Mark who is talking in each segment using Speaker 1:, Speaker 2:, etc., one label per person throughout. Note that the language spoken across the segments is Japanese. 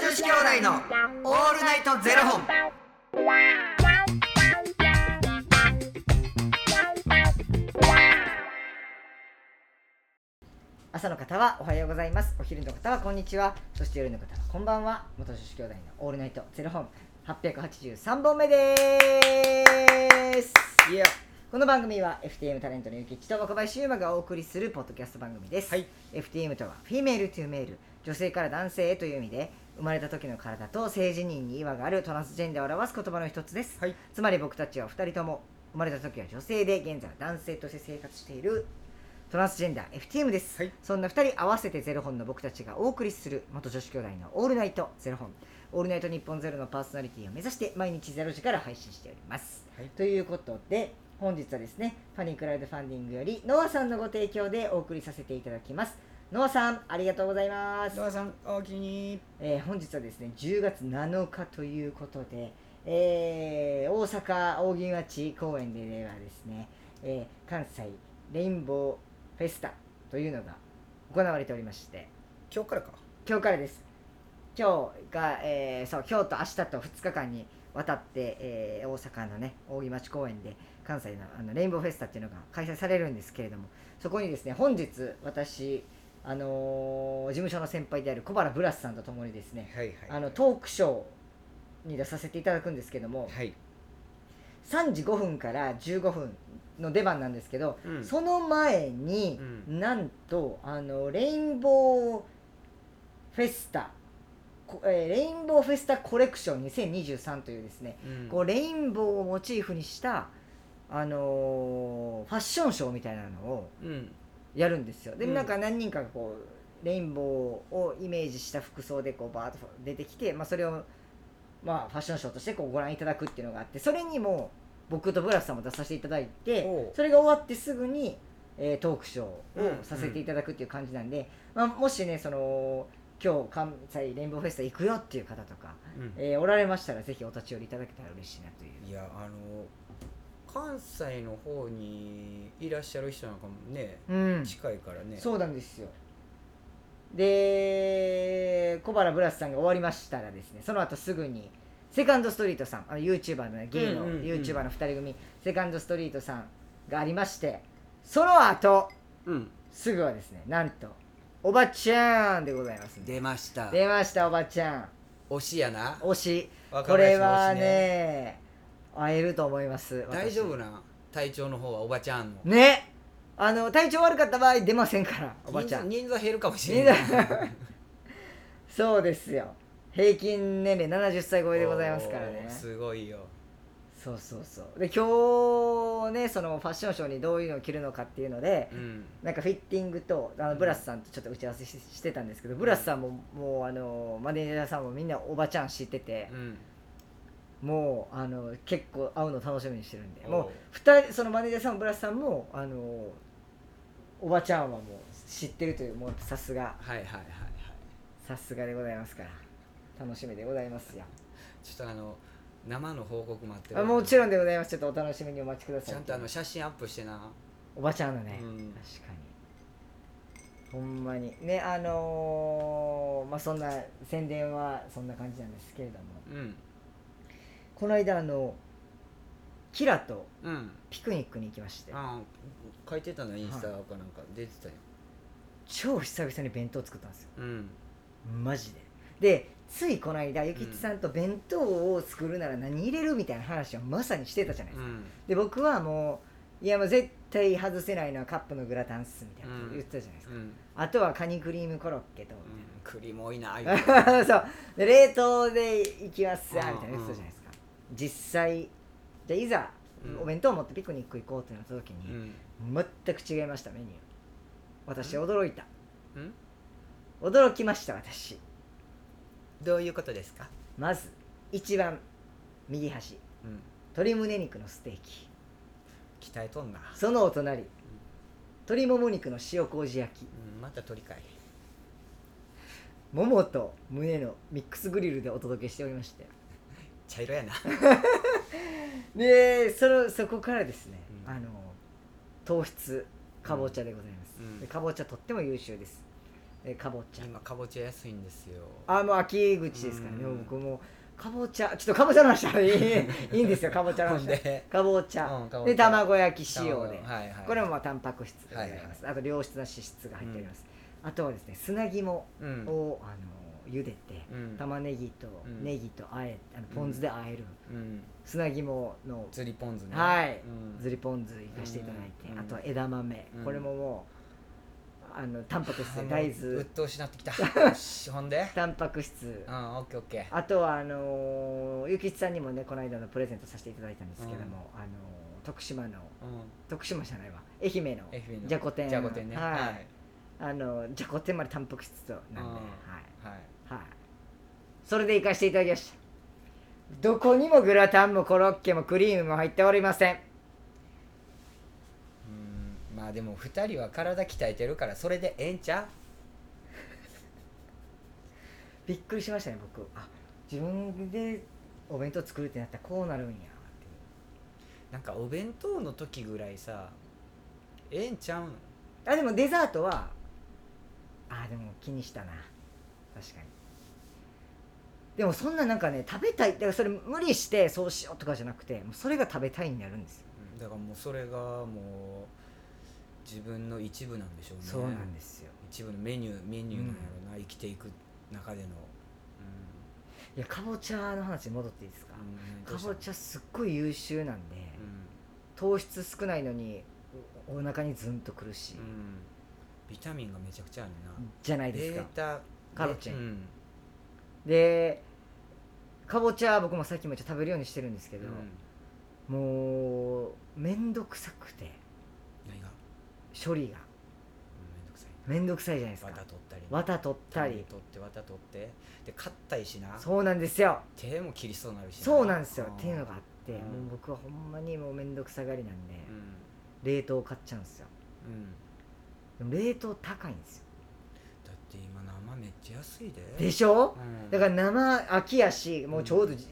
Speaker 1: 子兄弟のオールナイトゼロ本。
Speaker 2: 朝の方はおはようございますお昼の方はこんにちはそして夜の方はこんばんは元女子兄弟のオールナイトゼロ本883本目ですいやこの番組は FTM タレントのゆきちと若林優馬がお送りするポッドキャスト番組です、
Speaker 3: はい
Speaker 2: FTM とはフィメールトゥメール女性から男性へという意味で生まれた時の体と性自認に違和があるトランスジェンダーを表す言葉の一つです、
Speaker 3: はい
Speaker 2: つまり僕たちは2人とも生まれた時は女性で現在は男性として生活しているトランスジェンダー FTM です、
Speaker 3: はい
Speaker 2: そんな2人合わせてゼロ本の僕たちがお送りする元女子兄弟の「オールナイトゼロ本」「オールナイト日本ゼロのパーソナリティを目指して毎日ゼロ時から配信しております、
Speaker 3: はい
Speaker 2: ということで本日はですねファニークラウドファンディングよりノアさんのご提供でお送りさせていただきますノアさんありがとうございます
Speaker 3: ドアさん、おおきに。
Speaker 2: えー本日はですね10月7日ということで、えー大阪大銀町公園ではですね、えー関西レインボーフェスタというのが行われておりまして
Speaker 3: 今日からか。
Speaker 2: 今日からです今日が、えーそう今日と明日と2日間にわたって、えー大阪のね大木町公園で関西のあのレインボーフェスタっていうのが開催されるんですけれどもそこにですね本日私あのー事務所の先輩である小原ブラスさんと共にですね
Speaker 3: はいはい。
Speaker 2: あのトークショーに出させていただくんですけども
Speaker 3: はい。
Speaker 2: 3時5分から15分の出番なんですけど、
Speaker 3: うん
Speaker 2: その前に、
Speaker 3: う
Speaker 2: なんとあのレインボーフェスタこえーレインボーフェスタコレクション2023というですね、
Speaker 3: うん
Speaker 2: こうレインボーをモチーフにした、あのーファッションショーみたいなのを
Speaker 3: うん。
Speaker 2: やるんですよで、
Speaker 3: うん
Speaker 2: なんか何人かがこうレインボーをイメージした服装でこうバーッと出てきて、まあ、それを、まあ、ファッションショーとしてこうご覧いただくっていうのがあってそれにも僕とブラスさんも出させていただい
Speaker 3: お
Speaker 2: て
Speaker 3: う
Speaker 2: それが終わってすぐに、えートークショーを
Speaker 3: うん
Speaker 2: させていただくっていう感じなんで、まあ、もしねその今日関西レインボーフェスタ行くよっていう方とか、
Speaker 3: うん
Speaker 2: えーおられましたらぜひお立ち寄りいただけたら嬉しいなという。
Speaker 3: いや、あの。関西の方にいらっしゃる人なんかもね。
Speaker 2: うん
Speaker 3: 近いからね。
Speaker 2: そうなんですよで小原ブラスさんが終わりましたらですねその後すぐにセカンドストリートさんあの YouTuber のね芸の
Speaker 3: うんうんうん
Speaker 2: YouTuber の2人組、セカンドストリートさんがありましてその後
Speaker 3: うん。
Speaker 2: すぐはですねなんとおばちゃんでございますね
Speaker 3: 出ました。
Speaker 2: 出ましたおばちゃん
Speaker 3: 推しやな。
Speaker 2: 推し
Speaker 3: 若
Speaker 2: これ
Speaker 3: 林の推しね
Speaker 2: はね会えると思います私
Speaker 3: 大丈夫なん。体調の方はおばちゃんの。
Speaker 2: ねあの体調悪かった場合出ませんからおばちゃん
Speaker 3: 人数人数減るかもしれない。
Speaker 2: 人そうですよ平均年齢70歳超えでございますからね
Speaker 3: おーすごいよ。
Speaker 2: そうそうそうで今日ねそのファッションショーにどういうのを着るのかっていうので
Speaker 3: うん。
Speaker 2: なんかフィッティングとあのブラスさんとちょっと打ち合わせししてたんですけどブラスさんももうあのマネージャーさんもみんなおばちゃん知ってて
Speaker 3: うん。
Speaker 2: もうあの結構会うの楽しみにしてるんで
Speaker 3: お
Speaker 2: もう二人そのマネージャーさんもブラスさんもあのおばちゃんはもう知ってるというもうさすが
Speaker 3: はいはいはいはい。
Speaker 2: さすがでございますから楽しみでございますよ
Speaker 3: ちょっとあの生の報告待って
Speaker 2: あもちろんでございますちょっとお楽しみにお待ちください
Speaker 3: ちゃんとあの写真アップしてな、
Speaker 2: おばちゃんの
Speaker 3: う
Speaker 2: ね、
Speaker 3: ん
Speaker 2: 確かにほんまにねあのーまあそんな宣伝はそんな感じなんですけれども
Speaker 3: うん
Speaker 2: この間あのキラと
Speaker 3: うん
Speaker 2: ピクニックに行きまして
Speaker 3: あ書いてたのインスタかなんか出てたよ、
Speaker 2: 超久々に弁当作ったんですよ
Speaker 3: うん
Speaker 2: マジででついこの間ゆきちさんと弁当を作るなら何入れるみたいな話をまさにしてたじゃないですか
Speaker 3: うん
Speaker 2: で僕はもういやもう絶対外せないのはカップのグラタンっすみたいなこと言ってたじゃないです
Speaker 3: う
Speaker 2: か、
Speaker 3: ん、うん、
Speaker 2: あとはカニクリームコロッケと、
Speaker 3: 栗も多いな あ
Speaker 2: そうで冷凍でいきますわ
Speaker 3: うん
Speaker 2: みたいな言ってたじゃないですか、実際じゃあいざ、
Speaker 3: うん
Speaker 2: お弁当を持ってピクニック行こうってなった時
Speaker 3: う
Speaker 2: に、
Speaker 3: ん
Speaker 2: 全く違いましたメニュー私驚いた、
Speaker 3: うん
Speaker 2: 驚きました私
Speaker 3: どういうことですか
Speaker 2: まず一番右端
Speaker 3: うん
Speaker 2: 鶏胸肉のステーキ
Speaker 3: 鍛えとんな、
Speaker 2: そのお隣鶏もも肉の塩麹焼き
Speaker 3: うん、また取り替え
Speaker 2: ももと胸のミックスグリルでお届けしておりまして
Speaker 3: 茶色やな
Speaker 2: でそのそこからですね、
Speaker 3: うん
Speaker 2: あの糖質かぼちゃでございます、
Speaker 3: うん
Speaker 2: でかぼちゃとっても優秀ですえーかぼちゃ
Speaker 3: 今かぼちゃ安いんですよ
Speaker 2: あもう秋口ですからね
Speaker 3: うん
Speaker 2: 僕もうかぼちゃちょっとかぼちゃの話はいいい いんですよかぼちゃの
Speaker 3: ほ
Speaker 2: 話
Speaker 3: んで
Speaker 2: かぼちゃ、
Speaker 3: うんかぼち
Speaker 2: で
Speaker 3: ゃ
Speaker 2: 卵焼き塩で、
Speaker 3: 卵はいはい
Speaker 2: これもまあタンパク質でございます、あと良質な脂質が入っております、あとはですね砂肝
Speaker 3: うん
Speaker 2: を、あの茹でて、
Speaker 3: うん
Speaker 2: 玉ねぎと
Speaker 3: うん
Speaker 2: ネギとあえあのポン酢であえる、
Speaker 3: うん
Speaker 2: 砂肝の
Speaker 3: ずりポン酢ね
Speaker 2: はい
Speaker 3: うん
Speaker 2: ずりポン酢いかしていただいて、
Speaker 3: うん
Speaker 2: あとは枝豆、
Speaker 3: うん
Speaker 2: これももうあのタンパク質
Speaker 3: あ
Speaker 2: で
Speaker 3: もう
Speaker 2: 大
Speaker 3: うっ
Speaker 2: 豆
Speaker 3: とうしなってきた よしほんで
Speaker 2: タンパク質
Speaker 3: うんオッケーオッケー
Speaker 2: あとはあのー、ゆきちさんにもねこの間のプレゼントさせていただいたんですけども、あのー徳島の
Speaker 3: うん
Speaker 2: 徳島じゃないわ愛媛の
Speaker 3: FB の
Speaker 2: じゃこ天
Speaker 3: じゃこ天ね
Speaker 2: はい
Speaker 3: はい
Speaker 2: あのーじゃこ天までタンパク質となんで、
Speaker 3: うん
Speaker 2: はい
Speaker 3: はい
Speaker 2: はいそれで行かせていただきましたどこにもグラタンもコロッケもクリームも入っておりません
Speaker 3: うんまあでも2人は体鍛えてるからそれでええんちゃう
Speaker 2: びっくりしましたね僕あ自分でお弁当作るってなったらこうなるんやって
Speaker 3: なんかお弁当の時ぐらいさええんちゃうの
Speaker 2: あでもデザートはあでも気にしたな確かにでもそんななんかね食べたいだからそれ無理してそうしようとかじゃなくてもうそれが食べたいになるんですよ、
Speaker 3: だからもうそれがもう自分の一部なんでしょうね
Speaker 2: そうなんですよ
Speaker 3: 一部のメニューメニューなんやろな、生きていく中での、
Speaker 2: いやかぼちゃの話に戻っていいですか、
Speaker 3: うん
Speaker 2: かぼち
Speaker 3: ゃ、
Speaker 2: ゃすっごい優秀なんで、
Speaker 3: うん
Speaker 2: 糖質少ないのにおお腹にズンとくるし、
Speaker 3: うんビタミンがめちゃくちゃあるな、
Speaker 2: じゃないで
Speaker 3: デ
Speaker 2: すか
Speaker 3: ータ
Speaker 2: カロチン
Speaker 3: うん
Speaker 2: でかぼちゃ僕もさっきもちょっと食べるようにしてるんですけ
Speaker 3: うん
Speaker 2: ど、もう面倒くさくて
Speaker 3: 何が
Speaker 2: 処理が
Speaker 3: うんめんどくさ
Speaker 2: 面倒くさ
Speaker 3: い
Speaker 2: いじゃないです
Speaker 3: な
Speaker 2: か
Speaker 3: 綿取ったり
Speaker 2: 綿取った
Speaker 3: 綿
Speaker 2: り
Speaker 3: 取って綿取ってで硬いしな
Speaker 2: そうなんですよ
Speaker 3: 手も切りそうになるし
Speaker 2: そうなんですよ
Speaker 3: ん
Speaker 2: っていうのがあって
Speaker 3: うん
Speaker 2: もう僕はほんまにもう面倒くさがりなんで
Speaker 3: うん
Speaker 2: 冷凍買っちゃうんですよ
Speaker 3: うん
Speaker 2: でも冷凍高いんですよ
Speaker 3: だって今生めっちゃ安いで
Speaker 2: でしょ
Speaker 3: うん
Speaker 2: だから生秋やしもうちょうどじ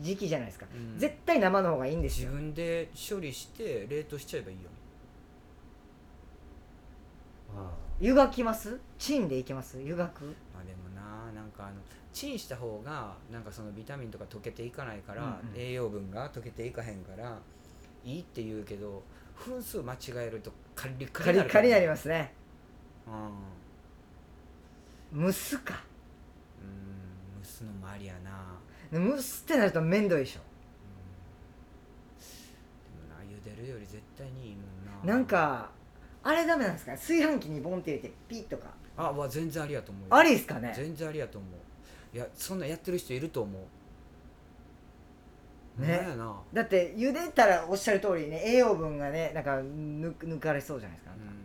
Speaker 2: 時期じゃないですか
Speaker 3: うん
Speaker 2: 絶対生の方がいいんです
Speaker 3: 自
Speaker 2: よ
Speaker 3: 分で処理して冷凍しちゃえばいいよ
Speaker 2: 湯がきますチンでいけます湯がく
Speaker 3: まあでもななんかあのチンした方がなんかそのビタミンとか溶けていかないから、
Speaker 2: うんうん
Speaker 3: 栄養分が溶けていかへんからいいって言うけど分数間違えるとカリカ
Speaker 2: カリ
Speaker 3: リになるか
Speaker 2: カ
Speaker 3: ら
Speaker 2: リになりますね
Speaker 3: うん
Speaker 2: 蒸すか
Speaker 3: うん蒸すのもありやな
Speaker 2: 蒸すってなると面倒でしょ
Speaker 3: でもな茹でるより絶対にいいもんな
Speaker 2: なんかあれダメなんですかね炊飯器にボンって入れてピッとか
Speaker 3: あわ全然ありやと思うよ
Speaker 2: ありですかね
Speaker 3: 全然ありやと思ういやそんなんやってる人いると思う
Speaker 2: ね
Speaker 3: ほんまやな
Speaker 2: だって茹でたらおっしゃる通りね栄養分がねなんか抜抜かれそうじゃないですか、
Speaker 3: うん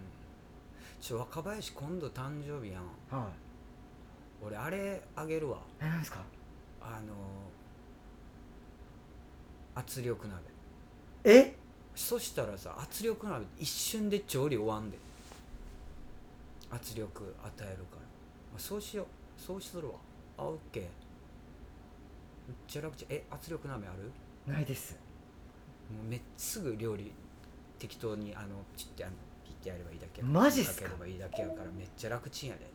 Speaker 3: ちょ若林今度誕生日やん
Speaker 2: はい
Speaker 3: 俺あれあげるわ
Speaker 2: えなんですか
Speaker 3: あの圧力鍋
Speaker 2: え
Speaker 3: そしたらさ圧力鍋一瞬で調理終わんで圧力与えるからあそうしようそうするわあオッケーめっちゃ楽ちゃんえ圧力鍋ある
Speaker 2: ないです
Speaker 3: もうめっすぐ料理適当にあのちってあの切ってやればいいだけ
Speaker 2: マジっすか
Speaker 3: かければいいだけやからめっちゃ楽ちんやで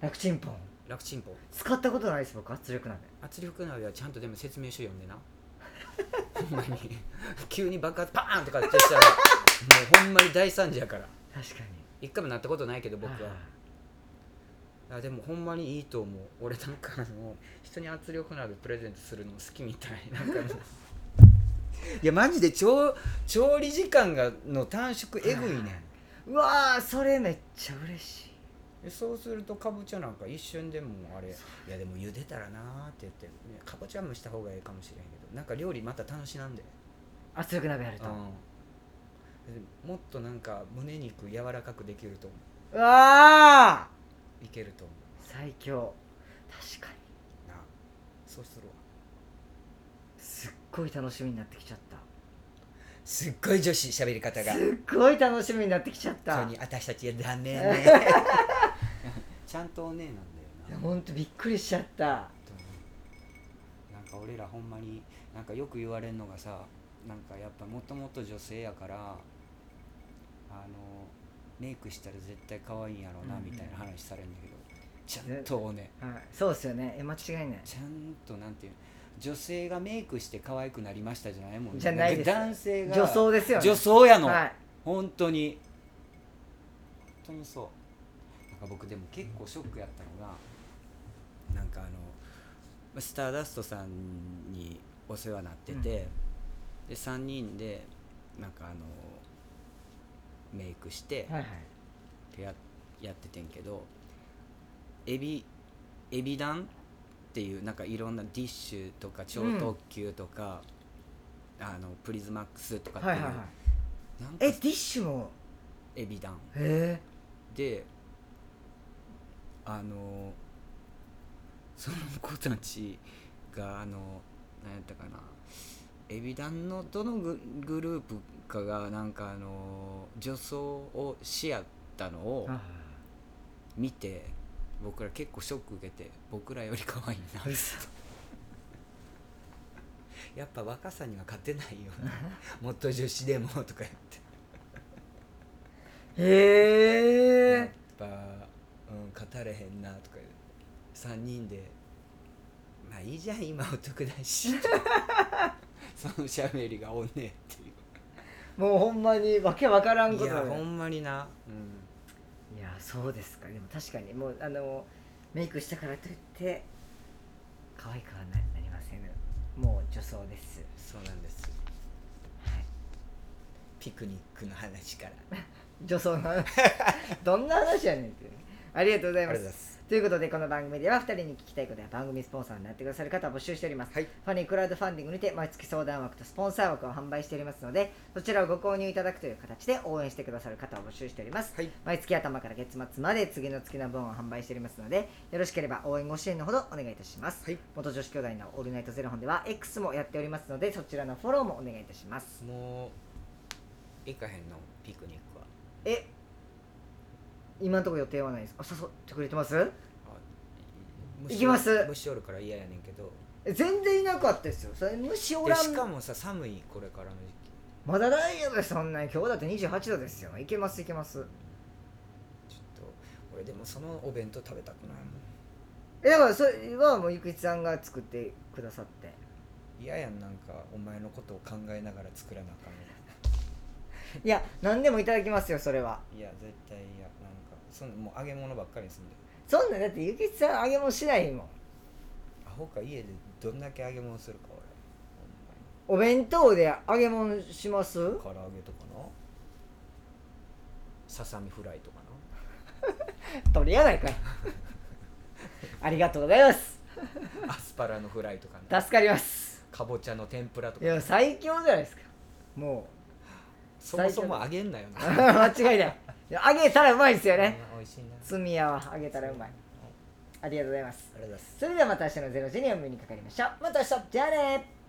Speaker 2: 楽ちんぽん
Speaker 3: 楽ちんぽ
Speaker 2: 使ったことないです僕圧力鍋
Speaker 3: 圧力鍋はちゃんとでも説明書読んでなほんまに急に爆発パーンとかってしたらもうほんまに大惨事やから
Speaker 2: 確か
Speaker 3: 一回もなったことないけど
Speaker 2: に
Speaker 3: 僕は
Speaker 2: あ
Speaker 3: あでもほんまにいいと思う俺なんかあの人に圧力鍋プレゼントするの好きみたいなんかもう いやマジで調調理時間がの短縮えぐいねん
Speaker 2: ーうわーそれめっちゃ嬉しい
Speaker 3: でそうするとかぼちゃなんか一瞬でもうあれいやでも茹でたらなーって言って、ね、かぼちゃ蒸した方がいいかもしれんけどなんか料理また楽しなんで、
Speaker 2: 圧力鍋やると
Speaker 3: うん、もっとなんか胸肉柔らかくできると思
Speaker 2: うわー
Speaker 3: ういけると思う
Speaker 2: 最強確かに
Speaker 3: なそうするわ
Speaker 2: すっごい楽しみになってきちゃった
Speaker 3: すっごい女子喋り方が
Speaker 2: すっごい楽しみになってきちゃった
Speaker 3: 本当に
Speaker 2: い
Speaker 3: 私たちはダメね ちゃんとおねえなんだ
Speaker 2: や
Speaker 3: よな
Speaker 2: ほんとびっくりしちゃった
Speaker 3: なんか俺らほんまになんかよく言われるのがさなんかやっぱもともと女性やからあのメイクしたら絶対可愛いんやろうな
Speaker 2: うんうん
Speaker 3: みたいな話されるんだけど、ちゃんとね
Speaker 2: はい、そうですよねえ間違いない
Speaker 3: ちゃんとなんていうの女性がメイクして可愛くなりましたじゃないもんね
Speaker 2: じゃないです
Speaker 3: 男性が
Speaker 2: 女装ですよね
Speaker 3: 女装やの、
Speaker 2: はい
Speaker 3: 本当に本当にそうなんか僕でも結構ショックやったのがなんかあのまあスターダストさんにお世話になってて、
Speaker 2: うん
Speaker 3: で3人でなんかあのメイクして
Speaker 2: はいはい
Speaker 3: ってややっててんけどエビエビダンっていうなんかいろんなディッシュとか超特急とか、あのプリズマックスとかっていう、
Speaker 2: はいはいはい
Speaker 3: なんか
Speaker 2: えディッシュも
Speaker 3: エビダン
Speaker 2: へ
Speaker 3: であのその子たちがあの何やったかなエビダンのどのググループかがなんかあの女装をしやったのを
Speaker 2: えあ
Speaker 3: 見て僕ら結構ショック受けて僕らより可愛いなやっぱ若さには勝てないよ もっと女子でもとか言って
Speaker 2: へ
Speaker 3: やっ
Speaker 2: え
Speaker 3: ぱ、うん、勝たれへんなとか言う3人で「まあいいじゃん今お得だ し」そのしゃべりがおんねえっていう
Speaker 2: もうほんまにわけわからんこと
Speaker 3: いや
Speaker 2: だね
Speaker 3: ほんまにな、うん、
Speaker 2: いやそうですかでも確かにもうあのメイクしたからといって可愛くはななりませんもう女装です
Speaker 3: そうなんです
Speaker 2: はい
Speaker 3: ピクニックの話から
Speaker 2: 女装の どんな話やねんっていうねありがとうございま
Speaker 3: ありがとうござい
Speaker 2: す
Speaker 3: ます
Speaker 2: ということでこの番組では2人に聞きたいことや番組スポンサーになってくださる方を募集しております、
Speaker 3: はい
Speaker 2: ファニークラウドファンディングにて毎月相談枠とスポンサー枠を販売しておりますのでそちらをご購入いただくという形で応援してくださる方を募集しております
Speaker 3: はい
Speaker 2: 毎月頭から月末まで次の月の分を販売しておりますのでよろしければ応援ご支援のほどお願いいたします、
Speaker 3: はい
Speaker 2: 元女子兄弟の「オールナイトゼロ本では X もやっておりますのでそちらのフォローもお願いいたします
Speaker 3: もう行かへんのピクニックは
Speaker 2: え今のところ予定はないですあ誘ってくれてます
Speaker 3: あ
Speaker 2: 行きます
Speaker 3: 虫おるから嫌やねんけど
Speaker 2: え全然いなかったですよそれ虫お
Speaker 3: で
Speaker 2: ら
Speaker 3: しか
Speaker 2: ん
Speaker 3: もさ寒いこれからの時期
Speaker 2: まだ大丈夫ですそんな今日だって28度ですよいけますいけます
Speaker 3: ちょっと俺でもそのお弁当食べたくないもん
Speaker 2: えだからそれはもうゆくいちさんが作ってくださって
Speaker 3: 嫌やんなんかお前のことを考えながら作らなあかんや
Speaker 2: いや何でもいただきますよそれは
Speaker 3: んいや絶対嫌なんかそんもう揚げ物ばっかりにすんで
Speaker 2: そんなだってゆきちさん揚げ物しないもん
Speaker 3: アホか家でどんだけ揚げ物するか俺ほ
Speaker 2: お弁当で揚げ物します
Speaker 3: んまに唐揚げとかなささみフライとかな
Speaker 2: 鳥やないか いありがとうございます
Speaker 3: アスパラのフライとかな
Speaker 2: 助かります
Speaker 3: かぼちゃの天ぷらと
Speaker 2: い
Speaker 3: か
Speaker 2: や最強じゃないですかも
Speaker 3: そもそも揚げんなよ
Speaker 2: う
Speaker 3: な
Speaker 2: 間違いないいや揚げたらうまいですよね
Speaker 3: うん美味しいな
Speaker 2: 罪やは揚げたらうまいありがとうございます
Speaker 3: ありがとうございます
Speaker 2: それではまた明日の0時にお目にかかりましょうまた明日じゃあね